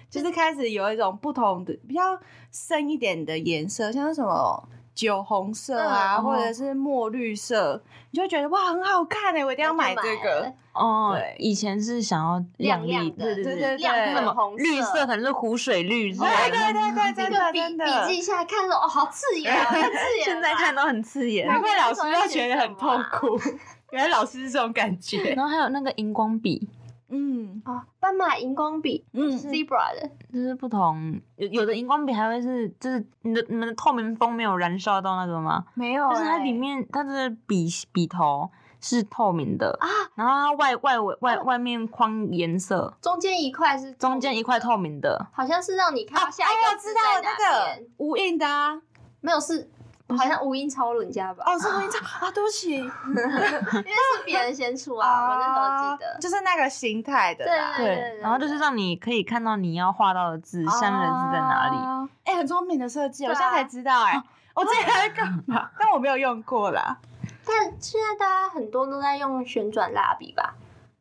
Speaker 3: 就是开始有一种不同的、比较深一点的颜色，像是什么酒红色啊，
Speaker 2: 嗯哦
Speaker 3: 或者是墨绿色，你就会觉得哇，很好看哎、我一定要买这个。
Speaker 2: 哦
Speaker 3: 对，
Speaker 2: 以前是想要
Speaker 4: 亮
Speaker 2: 丽
Speaker 4: 亮的
Speaker 2: 对对
Speaker 3: 对对
Speaker 4: 亮
Speaker 3: 对
Speaker 2: 那
Speaker 4: 粉
Speaker 2: 么
Speaker 4: 红
Speaker 2: 绿色可能是湖水绿之
Speaker 3: 对
Speaker 2: 类的。
Speaker 3: 对对对，
Speaker 4: 这
Speaker 3: 真
Speaker 4: 个
Speaker 3: 的
Speaker 4: 笔
Speaker 3: 真的。
Speaker 4: 笔记下来看说，哦，好刺眼啊， 太刺眼
Speaker 2: 现
Speaker 4: 了吧。
Speaker 2: 在看都很刺眼。
Speaker 3: 难怪老师要觉得很
Speaker 4: 啊
Speaker 3: 痛苦， 原来老师是这种感觉。
Speaker 2: 然后还有那个荧光笔，
Speaker 3: 嗯
Speaker 4: 啊，斑马荧光笔，
Speaker 3: 嗯
Speaker 4: Zebra 的，
Speaker 2: 就是不同，有有的荧光笔还会是，就是你的你们的透明封没有燃烧到那个吗？
Speaker 3: 没有
Speaker 2: 就是它里面它的笔笔头是透明的啊，然后它外外围外外面框颜色，
Speaker 4: 中间一块是
Speaker 2: 中间一块透明的，
Speaker 4: 好像是让你看
Speaker 3: 啊，
Speaker 4: 到下一
Speaker 3: 哦
Speaker 4: 个
Speaker 3: 我知
Speaker 4: 字
Speaker 3: 道那
Speaker 4: 在哪
Speaker 3: 个
Speaker 4: 边，
Speaker 3: 无印的啊，
Speaker 4: 没有是好像无印抄人家吧？
Speaker 3: 哦，是无印的啊，对不起
Speaker 4: 因为是别人先出啊，我那时候记得。
Speaker 3: 就是那个形态的啦，
Speaker 4: 对
Speaker 2: 对，然后就是让你可以看到你要画到的字，下面的字在哪里。
Speaker 3: 里？哎，很聪明的设计，
Speaker 4: 对啊
Speaker 3: 我现在才知道哎，我之前还在干嘛？但我没有用过啦，
Speaker 4: 但现在大家很多都在用旋转蜡笔吧？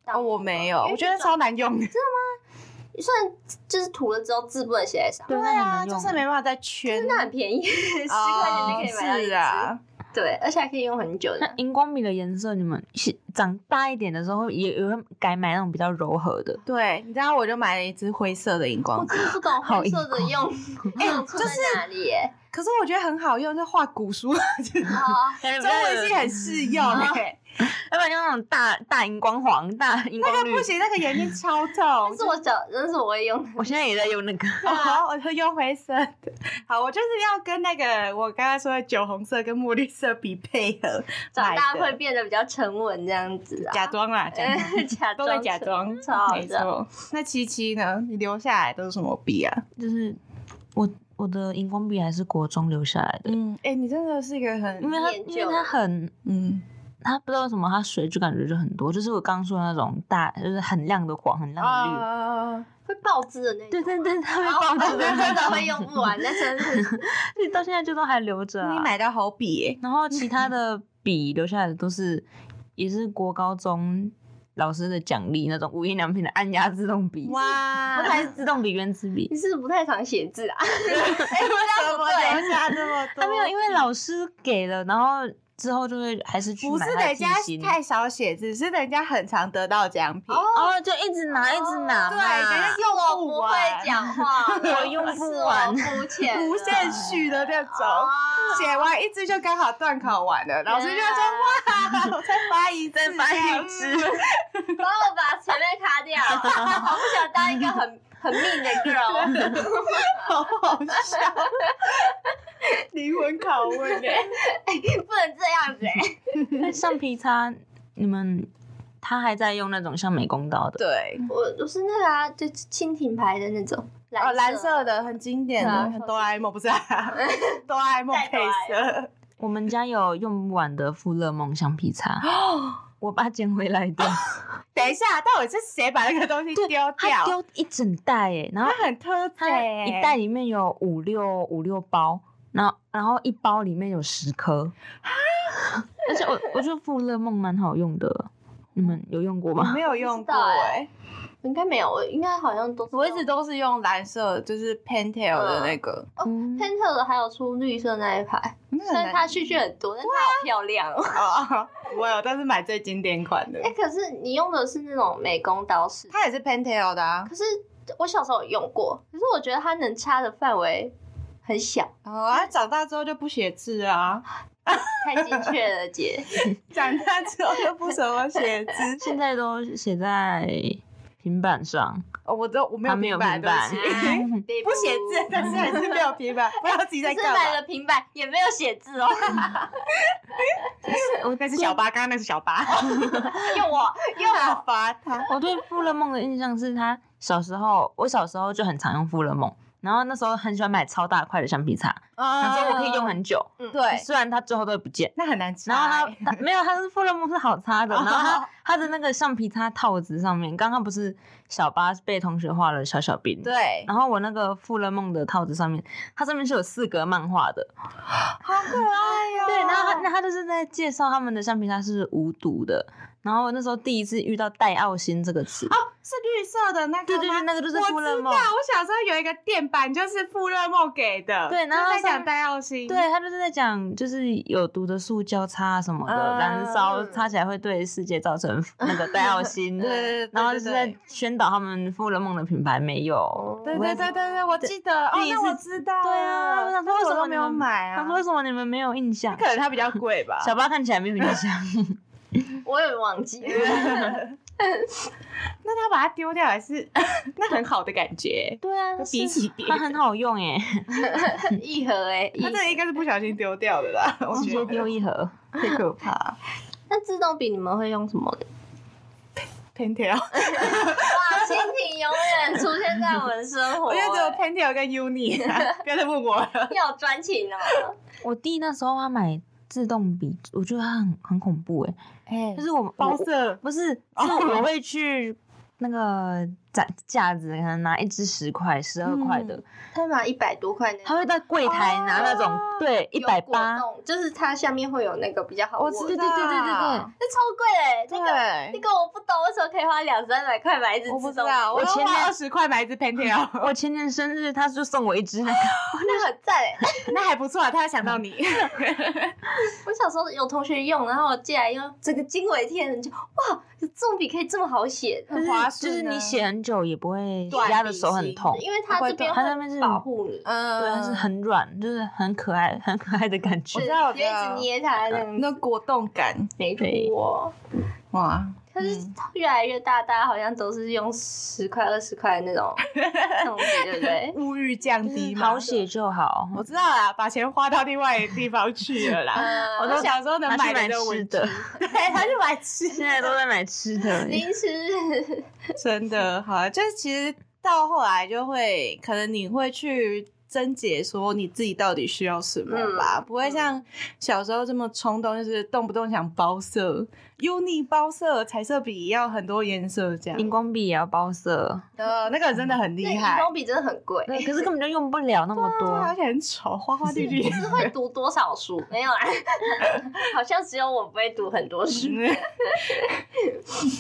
Speaker 3: 哦，我没有，
Speaker 4: 因为
Speaker 3: 我觉得超难用的，
Speaker 4: 虽然就是涂了之后字不能写在上
Speaker 2: 对
Speaker 4: 面，
Speaker 3: 对啊，
Speaker 2: 那很难用
Speaker 3: 就是没办法再圈，
Speaker 4: 那很便宜，十
Speaker 3: 哦
Speaker 4: 块钱就可以买到一
Speaker 3: 是
Speaker 4: 支。
Speaker 3: 啊，
Speaker 4: 对，而且还可以用很久
Speaker 2: 那
Speaker 4: 的。
Speaker 2: 荧光笔的颜色，你们是长大一点的时候也也会改买那种比较柔和的，
Speaker 3: 对，你知道我就买了一支灰色的荧
Speaker 4: 我
Speaker 3: 光笔，
Speaker 4: 真的不懂
Speaker 2: 好
Speaker 4: 灰色的
Speaker 2: 硬
Speaker 4: 用 用处在
Speaker 3: 哎
Speaker 4: 哪里耶？
Speaker 3: 可是我觉得很好用，就画古书， 中
Speaker 4: 哦，
Speaker 2: 中
Speaker 3: 文系很适用哎、
Speaker 2: 要不然就那种大大荧光黄、大荧光绿
Speaker 3: 不。行，那个眼睛超 痛
Speaker 4: 但。是我小，但是我会用的。
Speaker 2: 我现在也在用那个，
Speaker 3: 哦好，我就用灰色的。好，我就是要跟那个我刚刚说的酒红色跟墨绿色比配合，
Speaker 4: 长大
Speaker 3: 买
Speaker 4: 会
Speaker 3: 的
Speaker 4: 变得比较沉稳这样子啊。
Speaker 3: 假装啦，假装
Speaker 4: 假
Speaker 3: 都在假装
Speaker 4: 超好，
Speaker 3: 没
Speaker 4: 笑。
Speaker 3: 错。那七七呢？你留下来都是什么笔啊？
Speaker 2: 就是我我的荧光笔还是国中留下来的，
Speaker 3: 嗯，哎、你真的是一个
Speaker 2: 因
Speaker 3: 很
Speaker 2: 为它
Speaker 4: 念
Speaker 2: 因为
Speaker 4: 旧
Speaker 2: 它
Speaker 4: 了
Speaker 2: 很
Speaker 3: 嗯
Speaker 2: 它不知道为什么它水就感觉就很多，就是我刚说的那种大就是很亮的黄、很亮的绿，
Speaker 3: 啊，
Speaker 4: 会爆汁的那种。
Speaker 2: 对对对，它
Speaker 4: 然
Speaker 2: 会
Speaker 4: 后
Speaker 2: 爆汁
Speaker 4: 真
Speaker 2: 的那
Speaker 4: 的
Speaker 2: 种，
Speaker 4: 会用不完，那真 是
Speaker 2: 所以到现在就都还留着、啊。
Speaker 3: 你买到好笔欸耶、
Speaker 2: 然后其他的笔留下来的都是也是国高中老师的奖励那种无印良品的按压自动笔，
Speaker 3: 哇
Speaker 2: 不才是自动笔原子笔
Speaker 4: 你。是不是不太常写字啊？
Speaker 3: 哎怎么留下这 么
Speaker 2: 他
Speaker 3: 多？
Speaker 2: 啊没有，因为老师给了，然后之后就会还是去
Speaker 3: 不
Speaker 2: 买
Speaker 3: 是
Speaker 2: 他的
Speaker 3: 人
Speaker 2: 贴
Speaker 3: 家
Speaker 2: 心。
Speaker 3: 太少写字，是人家很常得到奖品。
Speaker 2: 哦，就一直拿，一直
Speaker 4: 哦
Speaker 2: 拿
Speaker 3: 哦对，
Speaker 2: 嘛。
Speaker 3: 人家
Speaker 4: 我
Speaker 3: 用
Speaker 4: 不会
Speaker 3: 完，
Speaker 4: 讲话了，
Speaker 2: 我用不
Speaker 4: 是
Speaker 2: 完
Speaker 4: 我肤浅了，
Speaker 3: 无限续的那种。
Speaker 4: 啊哦
Speaker 3: 写完一支就刚好断考完了，老师就会说：“哇，我再发一支，
Speaker 2: 再发一支
Speaker 3: 嗯
Speaker 4: 帮我把前面卡掉，我不想当一个很很 命的 girl。
Speaker 3: 好好笑， 灵魂拷问哎，
Speaker 4: 不能这样子哎、
Speaker 2: 那橡皮擦，你们他还在用那种像美工刀的，
Speaker 3: 对，
Speaker 4: 我我是那个啊，就蜻蜓牌的那种，
Speaker 3: 哦，蓝
Speaker 4: 色
Speaker 3: 色的很经典
Speaker 4: 对啊
Speaker 3: 的，很哆啦 A 梦不是啊？哆啦 A 梦
Speaker 4: 再哆
Speaker 3: 配
Speaker 4: 啦 A
Speaker 3: 色。
Speaker 2: 我们家有用不完的富乐梦橡皮擦，
Speaker 3: 啊
Speaker 2: 我爸捡回来的，
Speaker 3: 等一下，到底是谁把那个东西丢
Speaker 2: 对
Speaker 3: 掉？
Speaker 2: 他丢一整袋哎， 然后
Speaker 3: 它很特欸
Speaker 2: 它
Speaker 3: 别，
Speaker 2: 一袋里面有五六五六包，然后然后一包里面有十颗，
Speaker 3: 啊
Speaker 2: 而且我我觉得富乐梦蛮好用的，你们有用过
Speaker 3: 我
Speaker 2: 吗？
Speaker 3: 没有用过
Speaker 4: 不知道
Speaker 3: 哎，
Speaker 4: 应该没有，我应该好像都是
Speaker 3: 我一直都是用蓝色，就是 Pentel 的那个，
Speaker 4: 哦
Speaker 2: 嗯
Speaker 4: Pentel 的还有出绿色那一排，
Speaker 3: 嗯那
Speaker 4: 虽
Speaker 3: 很
Speaker 4: 然它
Speaker 3: 难啊
Speaker 4: 絮絮很多，但它好漂亮 哦。
Speaker 3: 哦，我有，但是买最经典款的
Speaker 4: 哎、，可是你用的是那种美工刀式，
Speaker 3: 它也是 Pentel 的啊。
Speaker 4: 可是我小时候有用过，可是我觉得它能插的范围很小，
Speaker 3: 哦，啊，长大之后就不写字啊，
Speaker 4: 太精确 了，姐。
Speaker 3: 长大之后就不怎么写字。
Speaker 2: 现在都写在平板上，
Speaker 3: 哦我都我没
Speaker 2: 他
Speaker 3: 有
Speaker 2: 没有
Speaker 3: 平
Speaker 2: 平
Speaker 3: 板，
Speaker 2: 板
Speaker 3: 对不起 不写字，但是还是没有平板，不知道自己
Speaker 4: 可
Speaker 3: 在
Speaker 4: 是
Speaker 3: 干
Speaker 4: 买了
Speaker 3: 嘛。
Speaker 4: 平板也没有写 字哦，
Speaker 2: 我
Speaker 3: 那是小八，刚刚那是小八，
Speaker 4: 用我
Speaker 3: 又要罚他。
Speaker 2: 我对富乐梦的印象是，他小时候，我小时候就很常用富乐梦，然后那时候很喜欢买超大块的橡皮擦，
Speaker 3: 啊
Speaker 2: 想说我可以用很久，
Speaker 3: 嗯
Speaker 4: 嗯
Speaker 3: 对，
Speaker 2: 虽然它最后都不见。
Speaker 3: 那很难吃。
Speaker 2: 然后 它它没有，它是富乐梦是好擦的，然后它
Speaker 3: 哦
Speaker 2: 它的那个橡皮擦套子上面，刚刚不是小八被同学画了小小兵，
Speaker 3: 对，
Speaker 2: 然后我那个富乐梦的套子上面，它上面是有四格漫画的，
Speaker 3: 哦好可爱哦 哟。
Speaker 2: 对，然后他那他就是在介绍他们的橡皮擦是无毒的，然后我那时候第一次遇到戴奥辛这个词，
Speaker 3: 是绿色的那个吗，
Speaker 2: 对对对那个就是富勒梦
Speaker 3: 啊我知道，我小时候有一个垫板，就是富勒梦给的。
Speaker 2: 对然后
Speaker 3: 就是在
Speaker 2: 上
Speaker 3: 讲戴耀星。
Speaker 2: 对他就是在讲就是有毒的塑胶擦什么的
Speaker 3: 嗯
Speaker 2: 燃烧，擦起来会对世界造成那个 戴奥辛，
Speaker 3: 对对对
Speaker 2: 然后
Speaker 3: 对
Speaker 2: 就是
Speaker 3: 对哦
Speaker 2: 在宣导他们富勒梦的品牌没有。
Speaker 3: 对对对对对，我记得。哦
Speaker 2: 第，一
Speaker 3: 那
Speaker 2: 次
Speaker 3: 我知道了。
Speaker 2: 对啊，我想说为什
Speaker 3: 我
Speaker 2: 么
Speaker 3: 都
Speaker 2: 你
Speaker 3: 没有
Speaker 2: 们
Speaker 3: 买
Speaker 2: 他
Speaker 3: 啊
Speaker 2: 说？为什么你们没有印象
Speaker 3: 可？能它比较贵吧。
Speaker 2: 小八看起来没有印 象，
Speaker 4: 我也忘记了。
Speaker 3: 那他把它丢掉也是，那很好的感觉。
Speaker 2: 对啊，
Speaker 3: 比起别
Speaker 2: 它很好用欸耶，
Speaker 4: 一盒哎、 一
Speaker 3: 他这应该是不小心丢掉的 啦，我
Speaker 2: 直
Speaker 3: 觉
Speaker 2: 接
Speaker 3: 得
Speaker 2: 丢一盒。
Speaker 3: 太可怕。
Speaker 4: 那自动笔你们会用什么的？
Speaker 3: Pentel，
Speaker 4: 哇，蜻蜓永远出现在我们生活、
Speaker 3: 我觉得只有
Speaker 2: 哦
Speaker 4: 欸
Speaker 3: Pentel 跟 Uni，啊 不要再问我了。
Speaker 4: 要有专情哦。
Speaker 2: 我弟那时候他买自动笔，我觉得他很很恐怖哎、
Speaker 3: 哎
Speaker 2: 就是我
Speaker 3: 包
Speaker 2: 我
Speaker 3: 色
Speaker 2: 不是，是
Speaker 3: 哦
Speaker 2: 我会去那个架架子，可能拿一支十块、十二块
Speaker 3: 嗯
Speaker 2: 的，
Speaker 4: 他买一百多块那种，
Speaker 2: 他会在柜台拿那种、
Speaker 3: 哦
Speaker 2: 对一
Speaker 4: 有
Speaker 2: 百
Speaker 4: 果
Speaker 2: 八，
Speaker 4: 冻，就是它下面会有那个比较好握
Speaker 3: 我
Speaker 4: 的。
Speaker 3: 知道，
Speaker 2: 对对对对
Speaker 3: 啊
Speaker 2: 对
Speaker 4: 这超贵的、欸，那个那
Speaker 3: 对，
Speaker 4: 个我不懂，为什么可以花两三百块买一只
Speaker 3: 我不知
Speaker 4: 自动笔？
Speaker 3: 道，我
Speaker 2: 前
Speaker 3: 前
Speaker 2: 面
Speaker 3: 面二十块买一 支哦 Pentel，
Speaker 2: 我前年生日，他就送我一
Speaker 3: 啊
Speaker 2: 支那个，
Speaker 4: 那很赞哎、
Speaker 3: 那还不错啊，他想 到你，
Speaker 4: 我小时候有同学用，然后我借来用，整个惊为天人，就哇，这种笔可以这么好写，嗯
Speaker 2: 就是
Speaker 3: 划
Speaker 2: 就
Speaker 3: 算啊
Speaker 2: 是你写很久也不会
Speaker 3: 断
Speaker 2: 压的
Speaker 3: 笔
Speaker 2: 手很
Speaker 3: 芯
Speaker 2: 痛，
Speaker 4: 因为它这边
Speaker 2: 它那边是
Speaker 4: 保护你，
Speaker 3: 嗯
Speaker 2: 对，它是很软，就是很可爱、很可爱的感觉
Speaker 3: 我。知道，我
Speaker 4: 你就一直捏它这样子。
Speaker 3: 嗯那果冻感，
Speaker 4: 没
Speaker 2: 对
Speaker 4: 错，
Speaker 3: 哇，
Speaker 4: 可是
Speaker 3: 嗯
Speaker 4: 越来越大，大家好像都是用十块、二十块那 种那种笔，对不对？
Speaker 3: 物欲降低
Speaker 2: 就是
Speaker 3: 嘛，
Speaker 2: 好写就好，
Speaker 3: 我知道啦，把钱花到另外的地方去 了啦。
Speaker 4: 呃，
Speaker 3: 我
Speaker 4: 我都
Speaker 3: 都小时候能
Speaker 2: 拿去
Speaker 3: 嗯买
Speaker 2: 买
Speaker 3: 的
Speaker 2: 吃
Speaker 3: 文具，
Speaker 2: 的，
Speaker 3: 对，他就买吃
Speaker 2: 现在都在买吃的 而已。
Speaker 4: 零食
Speaker 3: 真的好啊，就是其实到后来就会，可能你会去贞洁说你自己到底需要什么吧，不会像小时候这么冲动，就是动不动想包色，uni 包色，彩色笔要很多颜色这样。
Speaker 2: 荧光笔也要包色，
Speaker 3: 呃，那个真的很
Speaker 4: 那
Speaker 3: 厉
Speaker 4: 荧
Speaker 3: 害，
Speaker 4: 光笔真的很贵，
Speaker 2: 对， 可是根本就用不了那么
Speaker 3: 对啊
Speaker 2: 多。
Speaker 3: 而且很丑，花花绿绿。
Speaker 4: 是会读多少书？没有啦，啊 好像只有我不会读很多书。
Speaker 3: 嗯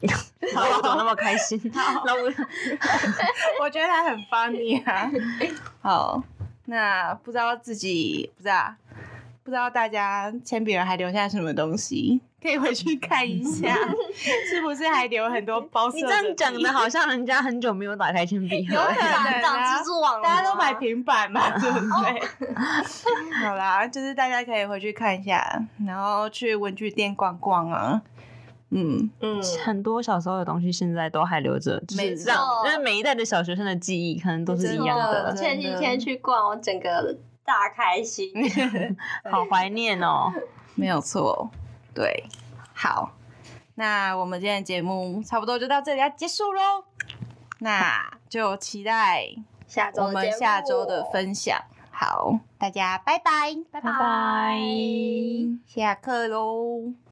Speaker 2: 老吴怎么那么开 心？老吴，
Speaker 3: 我觉得他很 funny 啊。好，那不知道自己不知道不知道大家铅笔人还留下什么东西，可以回去看一下，是不是还留很多包色？
Speaker 2: 你这样讲的，好像人家很久没有打开铅笔
Speaker 3: 有
Speaker 2: 盒。
Speaker 3: 可能
Speaker 4: 长
Speaker 3: 啊
Speaker 4: 蜘蛛网了吗，
Speaker 3: 大
Speaker 2: 哦
Speaker 3: 家都买平板 嘛，对不对？好啦，就是大家可以回去看一下，然后去文具店逛逛啊。嗯，
Speaker 4: 嗯，
Speaker 2: 很多小时候的东西现在都还留着，就是
Speaker 3: 没错
Speaker 2: 让就是每一代的小学生的记忆可能都是一样
Speaker 4: 我
Speaker 2: 的，
Speaker 4: 前几天去逛，我整个大开 心。
Speaker 2: 好怀念哦。
Speaker 3: 哦没有错，对，好。那我们今天的节目差不多就到这里要结束喽，那就期待
Speaker 4: 下周
Speaker 3: 我
Speaker 4: 的节
Speaker 3: 们
Speaker 4: 目
Speaker 3: 下周的分享。好，大家拜拜，
Speaker 4: 拜
Speaker 2: 拜拜
Speaker 4: 拜
Speaker 3: 下课喽。